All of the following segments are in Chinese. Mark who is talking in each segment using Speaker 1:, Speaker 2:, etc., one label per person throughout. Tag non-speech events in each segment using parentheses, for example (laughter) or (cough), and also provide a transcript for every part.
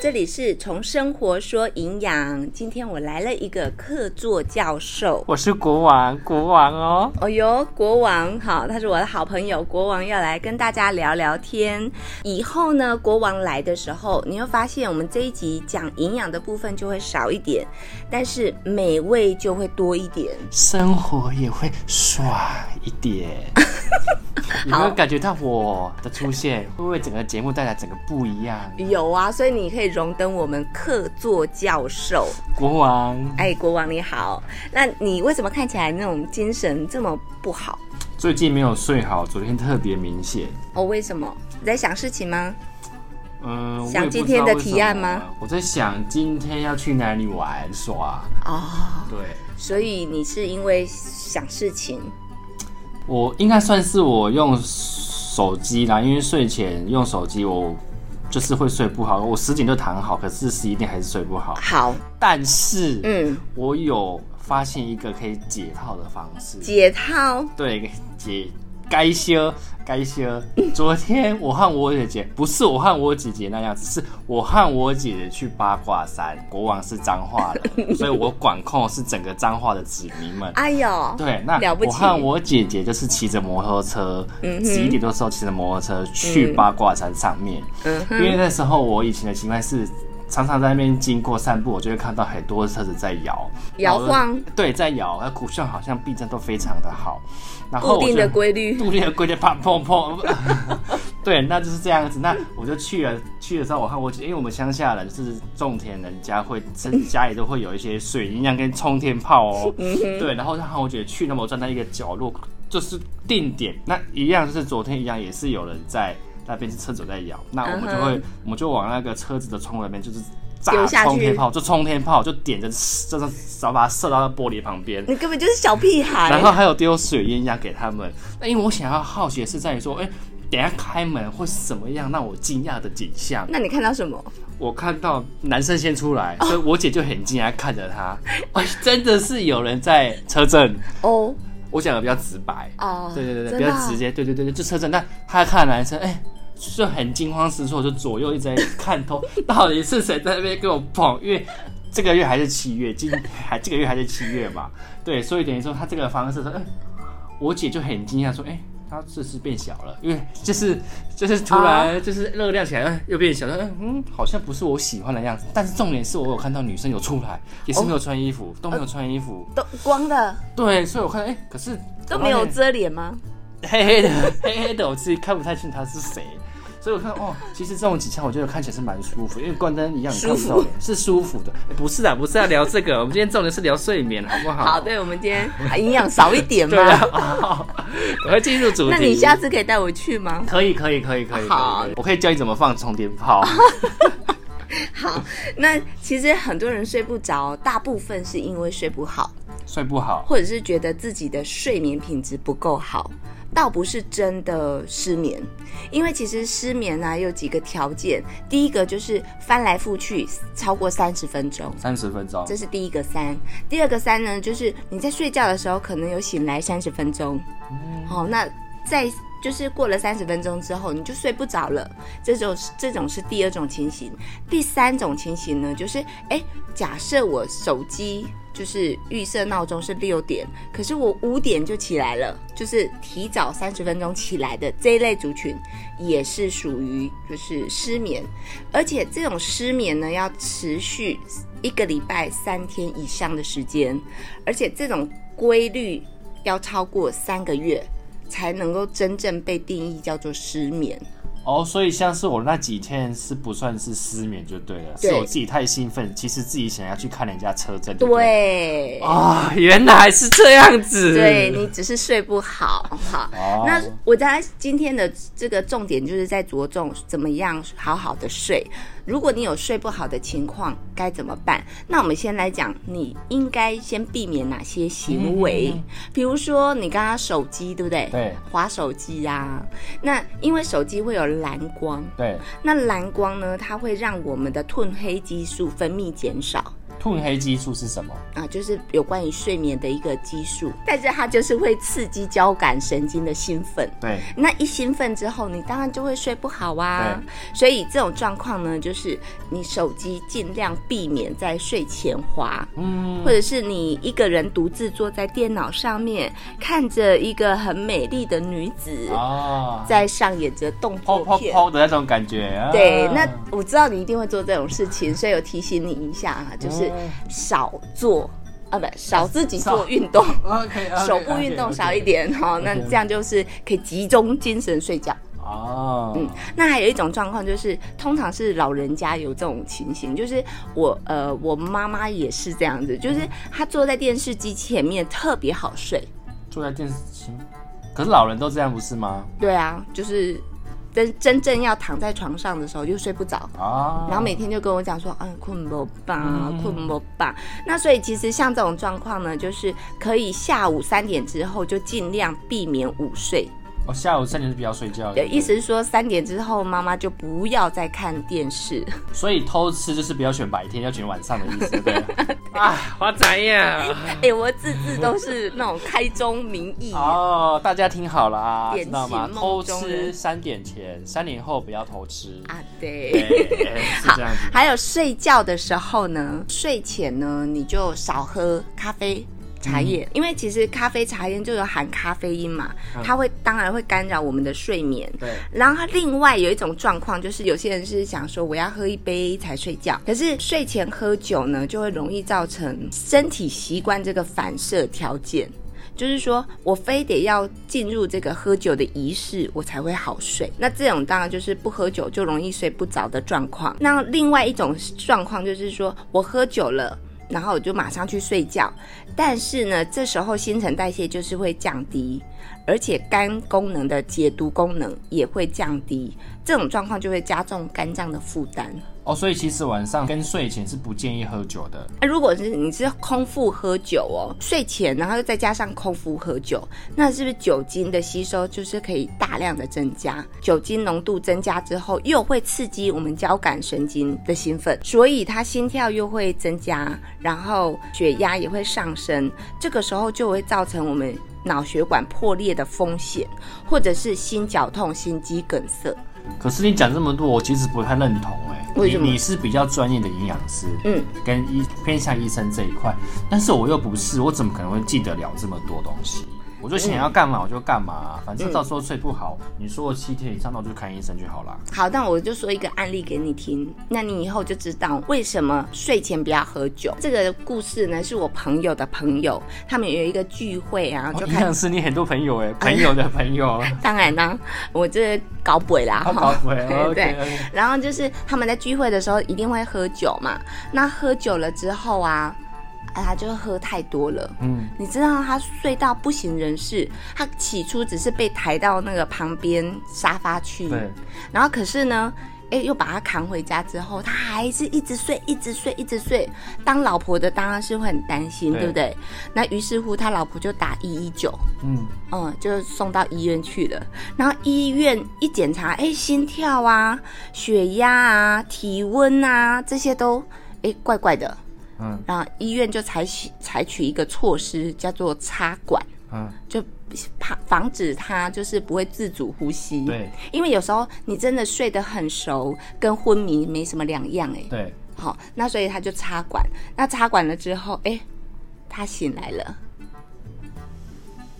Speaker 1: 这里是从生活说营养。今天我来了一个客座教授，
Speaker 2: 我是国王，国王哦。
Speaker 1: 哦哟，国王好，他是我的好朋友，国王要来跟大家聊聊天。以后呢，国王来的时候，你会发现我们这一集讲营养的部分就会少一点，但是美味就会多一点。
Speaker 2: 生活也会爽一点。 (laughs) 有没有感觉到我的出现会为整个节目带来整个不一样？
Speaker 1: 有啊，所以你可以荣登我们客座教授。
Speaker 2: 国王，
Speaker 1: 哎，国王你好，那你为什么看起来那种精神这么不好？
Speaker 2: 最近没有睡好，昨天特别明显。
Speaker 1: 哦，为什么？你在想事情吗？
Speaker 2: 嗯，我也
Speaker 1: 想
Speaker 2: 不
Speaker 1: 今
Speaker 2: 知
Speaker 1: 天
Speaker 2: 道
Speaker 1: 的
Speaker 2: 为
Speaker 1: 提
Speaker 2: 什
Speaker 1: 案
Speaker 2: 么啊
Speaker 1: 吗？
Speaker 2: 我在想今天要去哪里玩耍。
Speaker 1: 哦，
Speaker 2: 对，
Speaker 1: 所以你是因为想事情，
Speaker 2: 我应该算是我用手机啦，因为睡前用手机我就是会睡不好，我十点就躺好，可是十一点还是睡不好。
Speaker 1: 好，
Speaker 2: 但是，
Speaker 1: 嗯，
Speaker 2: 我有发现一个可以解套的方式。
Speaker 1: 解套，
Speaker 2: 对，姐，该修该修。昨天我和我姐姐，不是我和我姐姐那样，只是我和我姐姐去八卦山。国王是彰化
Speaker 1: (laughs)
Speaker 2: 的，所以我管控是整个彰化的子民们。
Speaker 1: 哎呦，
Speaker 2: 对，那
Speaker 1: 了不
Speaker 2: 我
Speaker 1: 起嗯
Speaker 2: 和我姐姐就是骑着摩托车，十一点多的时候骑着摩托车去八卦山上面，
Speaker 1: 嗯
Speaker 2: 因为那时候我以前的习惯是。常常在那边经过散步，我就会看到很多车子在摇
Speaker 1: 摇晃，
Speaker 2: 对，在摇。那股票好像避震都非常的好，然后
Speaker 1: 固
Speaker 2: 我就
Speaker 1: 定的规律，
Speaker 2: 杜立的龟就啪砰砰。 (laughs) 对，那就是这样子。那我就去了，去的时候我看我姐，因为我们乡下人是种田人家会，是家里都会有一些水银样跟冲天炮哦。
Speaker 1: 嗯
Speaker 2: 对，然后就和我姐去，那么我站在一个角落，就是定点，那一样就是昨天一样，也是有人在那边是车子在摇，那我们就会，我们就往那个车子的窗户那边就是。
Speaker 1: 嗯丢
Speaker 2: 炸
Speaker 1: 下去
Speaker 2: 冲天炮，就冲天炮，就点着，就是然后把它射到那玻璃旁边，
Speaker 1: 你根本就是小屁
Speaker 2: 然后
Speaker 1: 孩，
Speaker 2: 还有丢水烟压给他们。那因为我想要好奇的是在于说，哎、等一下开门会是什么样让我惊讶的景象？
Speaker 1: 那你看到什么？
Speaker 2: 我看到男生先出来，所以我姐就很惊讶看
Speaker 1: (laughs)
Speaker 2: 着他。哎、真的是有人在车震，
Speaker 1: 哦
Speaker 2: 我讲的比较直白，
Speaker 1: 哦，
Speaker 2: 对对对对，
Speaker 1: 真
Speaker 2: 比
Speaker 1: 的
Speaker 2: 较
Speaker 1: 啊
Speaker 2: 直接，对对对对，就车震。但他看男生，哎、就很惊慌失措，就左右
Speaker 1: (laughs)
Speaker 2: 一直在看头，到底是谁在那边跟我捧？因为这个月还是七月，今还这个月还是七月嘛，对，所以等于说他这个方式说，嗯，我姐就很惊讶说，哎、她这是变小了，因为就是就是突
Speaker 1: 啊
Speaker 2: 然就是热量起来，嗯又变小了，嗯嗯，好像不是我喜欢的样子。但是重点是我有看到女生有出来，也是没有穿衣服，都没有穿衣服，
Speaker 1: 都光的
Speaker 2: 对，所以我看到，哎、可是
Speaker 1: 哦都
Speaker 2: 我
Speaker 1: 没
Speaker 2: 发
Speaker 1: 有
Speaker 2: 现
Speaker 1: 遮脸吗？
Speaker 2: 黑黑的，黑黑的，我自己看不太清他是谁。所以我看哦，其实这种景象我觉得看起来是蛮舒服，因为关灯一样你看不到
Speaker 1: 舒
Speaker 2: 脸，是舒服的。诶不是啊，不是要聊这个，我们今天重点是聊睡眠，好不好？
Speaker 1: 好，，对，我们今天啊营养少一点
Speaker 2: (laughs) 对啊
Speaker 1: 嘛，。
Speaker 2: 好我要进入主题。
Speaker 1: 那你下次可以带我去吗？
Speaker 2: 可以，可以，可以，可以，
Speaker 1: 好
Speaker 2: 可以，我可以教你怎么放充电炮。
Speaker 1: 好，那其实很多人睡不着，大部分是因为睡不好，
Speaker 2: 睡不好，
Speaker 1: 或者是觉得自己的睡眠品质不够好，倒不是真的失眠，因为其实失眠呢、有几个条件，第一个就是翻来覆去超过三十分钟。
Speaker 2: 三十分钟
Speaker 1: 这，是第一个三，第二个三呢，就是你在睡觉的时候可能有醒来三十分钟，好、那在就是过了三十分钟之后你就睡不着了，这种这种是第二种情形。第三种情形呢，就是哎，假设我手机就是预设闹钟是六点，可是我五点就起来了，就是提早三十分钟起来的这一类族群，也是属于就是失眠，而且这种失眠呢要持续一个礼拜三天以上的时间，而且这种规律要超过三个月。才能够真正被定义叫做失眠，
Speaker 2: 哦，所以像是我那几天是不算是失眠就对了，
Speaker 1: 对
Speaker 2: 是我自己太兴奋，其实自己想要去看人家车震。不
Speaker 1: 对，
Speaker 2: 哦，原来是这样子。
Speaker 1: 对你只是睡不好哈。
Speaker 2: 哦
Speaker 1: 那我在今天的这个重点就是在着重怎么样好好的睡。如果你有睡不好的情况，该怎么办？那我们先来讲，你应该先避免哪些行为？比如说你刚刚手机，对不嗯对？
Speaker 2: 对
Speaker 1: 划手机呀、那因为手机会有蓝光，
Speaker 2: 对
Speaker 1: 那蓝光呢，它会让我们的褪黑激素分泌减少。
Speaker 2: 褪黑激素是什么？
Speaker 1: 啊，就是有关于睡眠的一个激素，但是它就是会刺激交感神经的兴奋。
Speaker 2: 对，
Speaker 1: 那一兴奋之后，你当然就会睡不好啊。所以这种状况呢，就是你手机尽量避免在睡前滑，
Speaker 2: 嗯，
Speaker 1: 或者是你一个人独自坐在电脑上面，看着一个很美丽的女子
Speaker 2: 啊，
Speaker 1: 在上演着动
Speaker 2: 泡
Speaker 1: 作
Speaker 2: 泡
Speaker 1: 片。
Speaker 2: 泡的那种感觉啊。
Speaker 1: 对，那我知道你一定会做这种事情，所以我提醒你一下啊，就是
Speaker 2: 嗯
Speaker 1: 少做。啊，不，少自己
Speaker 2: 少啊
Speaker 1: 做运
Speaker 2: (laughs)
Speaker 1: 动，
Speaker 2: OK，
Speaker 1: 手部运动少一。点哈，
Speaker 2: 嗯
Speaker 1: 那这样就是可以集中精神睡觉。
Speaker 2: 哦，
Speaker 1: 嗯，那还有一种状况就是，通常是老人家有这种情形，就是我呃，我妈妈也是这样子，就是她坐在电视机前面特别好睡。
Speaker 2: 坐在电视机，可是老人都这样不是吗？
Speaker 1: 对啊，就是真真正要躺在床上的时候又睡不着。
Speaker 2: 啊，
Speaker 1: 然后每天就跟我讲说，嗯，困不吧
Speaker 2: 嗯，
Speaker 1: 困不吧。那所以其实像这种状况呢，就是可以下午三点之后就尽量避免午睡，呃
Speaker 2: 哦，下午三点是比较睡觉的
Speaker 1: 对，意。思是说三点之后妈妈就不要再看电视。
Speaker 2: 所以偷吃就是不要选白天，要选晚上的意思，对
Speaker 1: (laughs)
Speaker 2: 了。啊，我怎样？
Speaker 1: 哎、我字字都是那种开宗明义。
Speaker 2: 哦，大家听好了啊，
Speaker 1: 典型
Speaker 2: 知道吗？
Speaker 1: 梦
Speaker 2: 偷
Speaker 1: 中
Speaker 2: 吃
Speaker 1: 人
Speaker 2: 三点前，三点后不要偷吃。
Speaker 1: 啊，对。
Speaker 2: 对，哎是这样子。
Speaker 1: 还有睡觉的时候呢，睡前呢你就少喝咖啡。
Speaker 2: 嗯
Speaker 1: 茶叶，因为其实咖啡、茶叶就有含咖啡因嘛，
Speaker 2: 嗯
Speaker 1: 它会当然会干扰我们的睡眠。
Speaker 2: 对，
Speaker 1: 然后另外有一种状况就是，有些人是想说我要喝一杯才睡觉，可是睡前喝酒呢，就会容易造成身体习惯这个反射条件，就是说我非得要进入这个喝酒的仪式，我才会好睡。那这种当然就是不喝酒就容易睡不着的状况。那另外一种状况就是说我喝酒了。然后我就马上去睡觉，但是呢，这时候新陈代谢就是会降低，而且肝功能的解毒功能也会降低，这种状况就会加重肝脏的负担。
Speaker 2: 哦，所以其实晚上跟睡前是不建议喝酒的。
Speaker 1: 那、如果是你是空腹喝酒哦，睡前然后又再加上空腹喝酒，那是不是酒精的吸收就是可以大量的增加？酒精浓度增加之后，又会刺激我们交感神经的兴奋，所以它心跳又会增加，然后血压也会上升，这个时候就会造成我们脑血管破裂的风险，或者是心绞痛、心肌梗塞。
Speaker 2: 可是你讲这么多，我其实不太认同哎、
Speaker 1: 为什么
Speaker 2: 你你是比较专业的营养师，
Speaker 1: 嗯，
Speaker 2: 跟医偏向医生这一块，但是我又不是，我怎么可能会记得了这么多东西？我就想要干嘛我就干嘛、反正到时候睡不好，你说我七天以上，那我就看医生就好啦。
Speaker 1: 好，那我就说一个案例给你听，那你以后就知道为什么睡前不要喝酒。这个故事呢，是我朋友的朋友，他们有一个聚会啊，就
Speaker 2: 营
Speaker 1: 看。
Speaker 2: 养师你很多朋友哎、朋友的朋友，
Speaker 1: 当然啦、我这搞鬼啦
Speaker 2: 好搞
Speaker 1: 哈。
Speaker 2: 鬼
Speaker 1: 对
Speaker 2: ，OK，OK，
Speaker 1: 然后就是他们在聚会的时候一定会喝酒嘛，那喝酒了之后啊，啊他就喝太多了。
Speaker 2: 嗯，
Speaker 1: 你知道他睡到不省人事，他起初只是被抬到那个旁边沙发去，
Speaker 2: 对，
Speaker 1: 然后可是呢，哎，又把他扛回家之后，他还是一直睡，一直睡，一直睡。当老婆的当然是会很担心，
Speaker 2: 对
Speaker 1: 对不对？那于是乎，他老婆就打一一九，
Speaker 2: 嗯，
Speaker 1: 嗯，就送到医院去了。然后医院一检查，哎，心跳啊、血压啊、体温啊这些都，哎，怪怪的。
Speaker 2: 嗯，
Speaker 1: 然后医院就采取采取一个措施，叫做插管。
Speaker 2: 嗯，
Speaker 1: 就怕防止他就是不会自主呼吸。
Speaker 2: 对，
Speaker 1: 因为有时候你真的睡得很熟，跟昏迷没什么两样哎、
Speaker 2: 对，
Speaker 1: 好，那所以他就插管，那插管了之后，哎、他醒来了，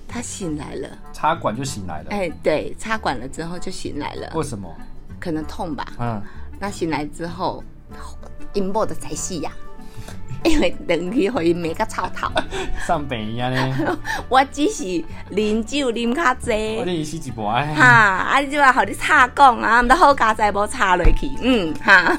Speaker 1: 他醒来了，
Speaker 2: 插管就醒来了，
Speaker 1: 哎、对，插管了之后就醒来了，
Speaker 2: 为什么？
Speaker 1: 可能痛吧。
Speaker 2: 嗯，
Speaker 1: 那醒来之后，因某的才死呀、 (laughs) 因为人去互伊骂个臭头，
Speaker 2: 上北一样呢，
Speaker 1: 我只是啉酒啉较济
Speaker 2: 我。练习几波哎。
Speaker 1: 哈，啊，你即话互你插讲啊，毋得好加载无插落去，嗯，哈，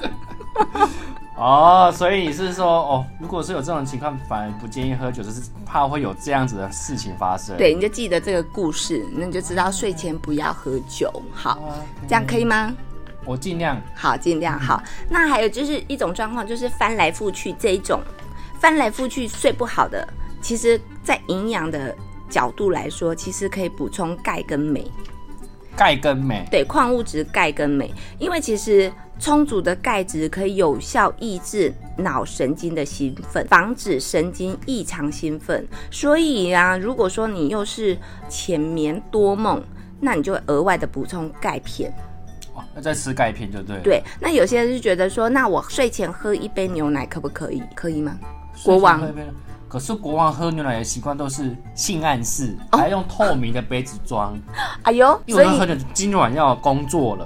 Speaker 2: 哦，所以你是说，哦，如果是有这种情况，反而不建议喝酒，就是怕会有这样子的事情发生。，
Speaker 1: 对，你就记得这个故事，那你就知道睡前不要喝酒，好，这样可以吗？
Speaker 2: 我尽量
Speaker 1: 好，尽量好。那还有就是一种状况，就是翻来覆去这一种，翻来覆去睡不好的，其实在营养的角度来说，其实可以补充钙跟镁。
Speaker 2: 钙跟镁。
Speaker 1: 对矿物质钙跟镁，因为其实充足的钙质可以有效抑制脑神经的兴奋，防止神经异常兴奋。所以啊，如果说你又是浅眠多梦，那你就额外的补充钙片。
Speaker 2: 哦，要再吃钙片就对了。
Speaker 1: 对，那有些人就觉得说，那我睡前喝一杯牛奶可不可以？可以吗？国王
Speaker 2: 所以才会被。可是国王喝牛奶的习惯都是性暗示，
Speaker 1: 哦
Speaker 2: 还用透明的杯子
Speaker 1: (laughs)
Speaker 2: 装，
Speaker 1: 哎呦，
Speaker 2: 因
Speaker 1: 所
Speaker 2: 为我喝
Speaker 1: 以
Speaker 2: 酒今晚要工作了，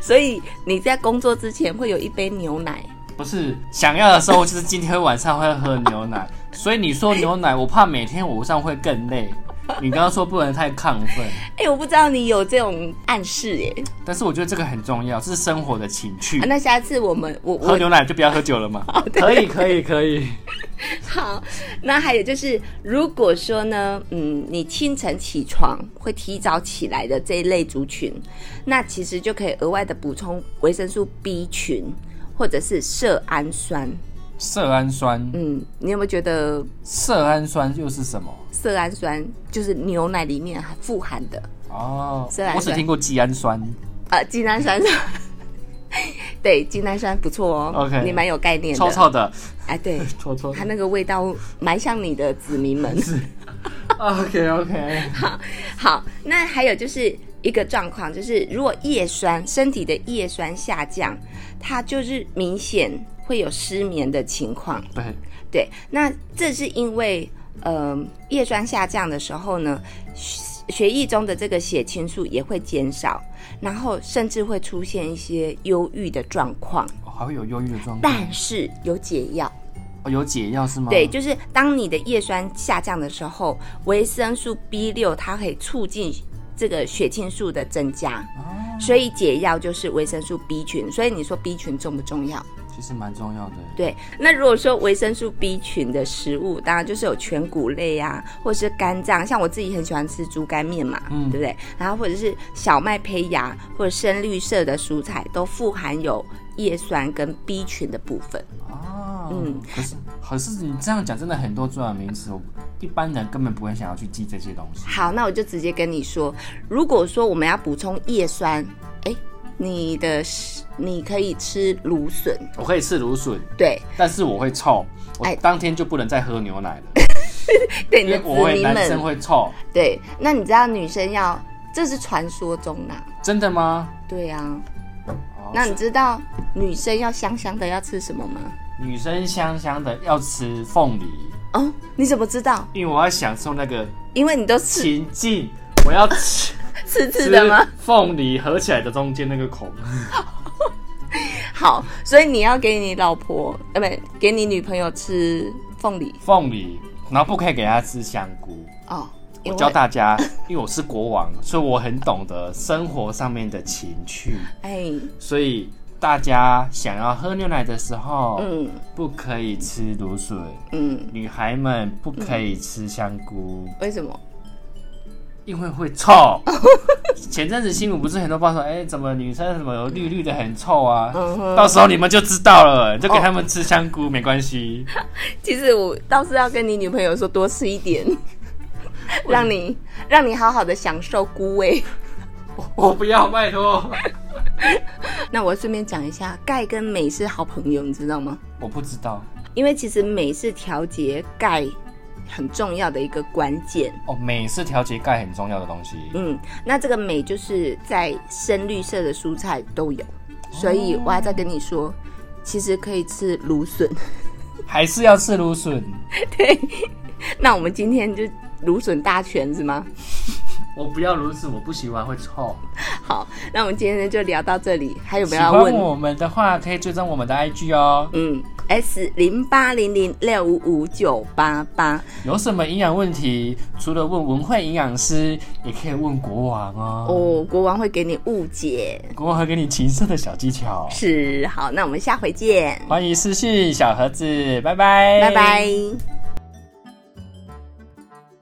Speaker 1: 所以你在工作之前会有一杯牛奶。
Speaker 2: 不是想要的时候就是今天晚上会喝
Speaker 1: (laughs)
Speaker 2: 牛奶，所以你说牛奶，我怕每天午上会更累。你刚刚说不能太亢奋，
Speaker 1: 哎、我不知道你有这种暗示耶、
Speaker 2: 但是我觉得这个很重要，这是生活的情趣
Speaker 1: 啊。那下次我们我
Speaker 2: 喝
Speaker 1: 我
Speaker 2: 牛奶就不要喝
Speaker 1: (laughs)
Speaker 2: 酒了嘛。可以可以可以，
Speaker 1: 好，那还有就是，如果说呢，嗯，你清晨起床会提早起来的这一类族群，那其实就可以额外的补充维生素 B 群或者是色氨酸。
Speaker 2: 色氨酸，
Speaker 1: 嗯，你有没有觉得
Speaker 2: 色氨酸又是什么？
Speaker 1: 色氨酸就是牛奶里面富含的？
Speaker 2: 哦
Speaker 1: 色氨，酸
Speaker 2: 我只听过肌氨酸。
Speaker 1: 呃，精氨酸。 (laughs) 对，精氨酸不错哦
Speaker 2: OK
Speaker 1: 你蛮有概念的。
Speaker 2: 臭臭的，
Speaker 1: 哎，对，
Speaker 2: 臭臭
Speaker 1: 它那个味道蛮像你的子民们。
Speaker 2: OK OK，
Speaker 1: 好，那还有就是一个状况，就是如果叶酸身体的叶酸下降，它就是明显会有失眠的情况。
Speaker 2: 对，
Speaker 1: 对，那这是因为呃叶酸下降的时候呢，血血液中的这个血清素也会减少，然后甚至会出现一些忧郁的状况。
Speaker 2: 哦还会有忧郁的状况，
Speaker 1: 但是有解药，
Speaker 2: 哦有解药是吗？
Speaker 1: 对，就是当你的叶酸下降的时候，维生素 B 六它可以促进这个血清素的增加，
Speaker 2: 哦，
Speaker 1: 所以解药就是维生素 B 群。所以你说 B 群重不重要？
Speaker 2: 其实蛮重要的。
Speaker 1: 对，那如果说维生素 B 群的食物，当然就是有全谷类啊，或者是肝脏，像我自己很喜欢吃猪肝面嘛，
Speaker 2: 嗯
Speaker 1: 对不对？然后或者是小麦胚芽或者深绿色的蔬菜，都富含有叶酸跟 B 群的部分。
Speaker 2: 哦，
Speaker 1: 嗯，
Speaker 2: 可是可是你这样讲，真的很多重要的名词，我一般人根本不会想要去记这些东西。
Speaker 1: 好，那我就直接跟你说，如果说我们要补充叶酸，哎，你的食你可以吃芦笋，
Speaker 2: 我可以吃芦笋，
Speaker 1: 对
Speaker 2: 但是我会臭，
Speaker 1: 哎
Speaker 2: 我当天就不能再喝牛奶了，
Speaker 1: 对，
Speaker 2: 因
Speaker 1: 你的
Speaker 2: 为
Speaker 1: 子
Speaker 2: 我会
Speaker 1: 民
Speaker 2: 男生
Speaker 1: 们，
Speaker 2: 会臭。
Speaker 1: 对，那你知道女生要，这是传说中啦、
Speaker 2: 真的吗？
Speaker 1: 对啊，
Speaker 2: 哦
Speaker 1: 那你知道女生要香香的要吃什么吗？
Speaker 2: 女生香香的要吃凤梨，
Speaker 1: 哦，你怎么知道？
Speaker 2: 因为我要享受那个
Speaker 1: 因为你都吃
Speaker 2: 情境，我要
Speaker 1: (laughs)
Speaker 2: 吃
Speaker 1: 吃吃的吗？？
Speaker 2: 凤梨合起来的中间那个孔，
Speaker 1: 好，所以你要给你老婆，呃，不，给你女朋友吃凤梨
Speaker 2: 凤梨，然后不可以给它吃香菇。
Speaker 1: 哦，因为
Speaker 2: 我教大家，因为我是国王，所以我很懂得生活上面的情趣，
Speaker 1: (laughs) 哎，
Speaker 2: 所以大家想要喝牛奶的时候，
Speaker 1: 嗯
Speaker 2: 不可以吃芦笋，
Speaker 1: 嗯，
Speaker 2: 女孩们不可以吃香菇，
Speaker 1: 为什么？
Speaker 2: 因为会臭。前阵子新闻不是很多报说，哎、怎么女生什么有绿绿的很臭啊？
Speaker 1: 嗯哼。
Speaker 2: 到时候你们就知道了，就给他们吃香菇、没关系。
Speaker 1: 其实我倒是要跟你女朋友说多吃一
Speaker 2: (laughs)
Speaker 1: 点，让你让你好好的享受菇味。 (laughs)
Speaker 2: 我不要，拜托。
Speaker 1: 那我顺便讲一下，钙跟镁是好朋友，你知道吗？
Speaker 2: 我不知道
Speaker 1: 因为其实镁是调节钙很重要的一个关键。
Speaker 2: 哦，镁是调节钙很重要的东西。
Speaker 1: 嗯，那这个镁就是在深绿色的蔬菜都有，
Speaker 2: 哦
Speaker 1: 所以我还在跟你说，其实可以吃芦笋。 (laughs)
Speaker 2: 还是要吃芦笋。
Speaker 1: 那我们今天就芦笋大全是吗？
Speaker 2: 我不要芦笋，我不喜欢会臭。
Speaker 1: 好，那我们今天就聊到这里，还有没
Speaker 2: 喜
Speaker 1: 有要
Speaker 2: 欢
Speaker 1: 问？
Speaker 2: 我们的话，可以追踪我们的 IG 哦。
Speaker 1: 嗯，S 零八零零六五五九八八。
Speaker 2: 有什么营养问题，除了问文慧营养师，也可以问国王哦。
Speaker 1: 哦，国王会给你误解。
Speaker 2: 国王会给你情色的小技巧。
Speaker 1: 是，好，那我们下回见，
Speaker 2: 欢迎私讯小盒子，拜拜，
Speaker 1: 拜拜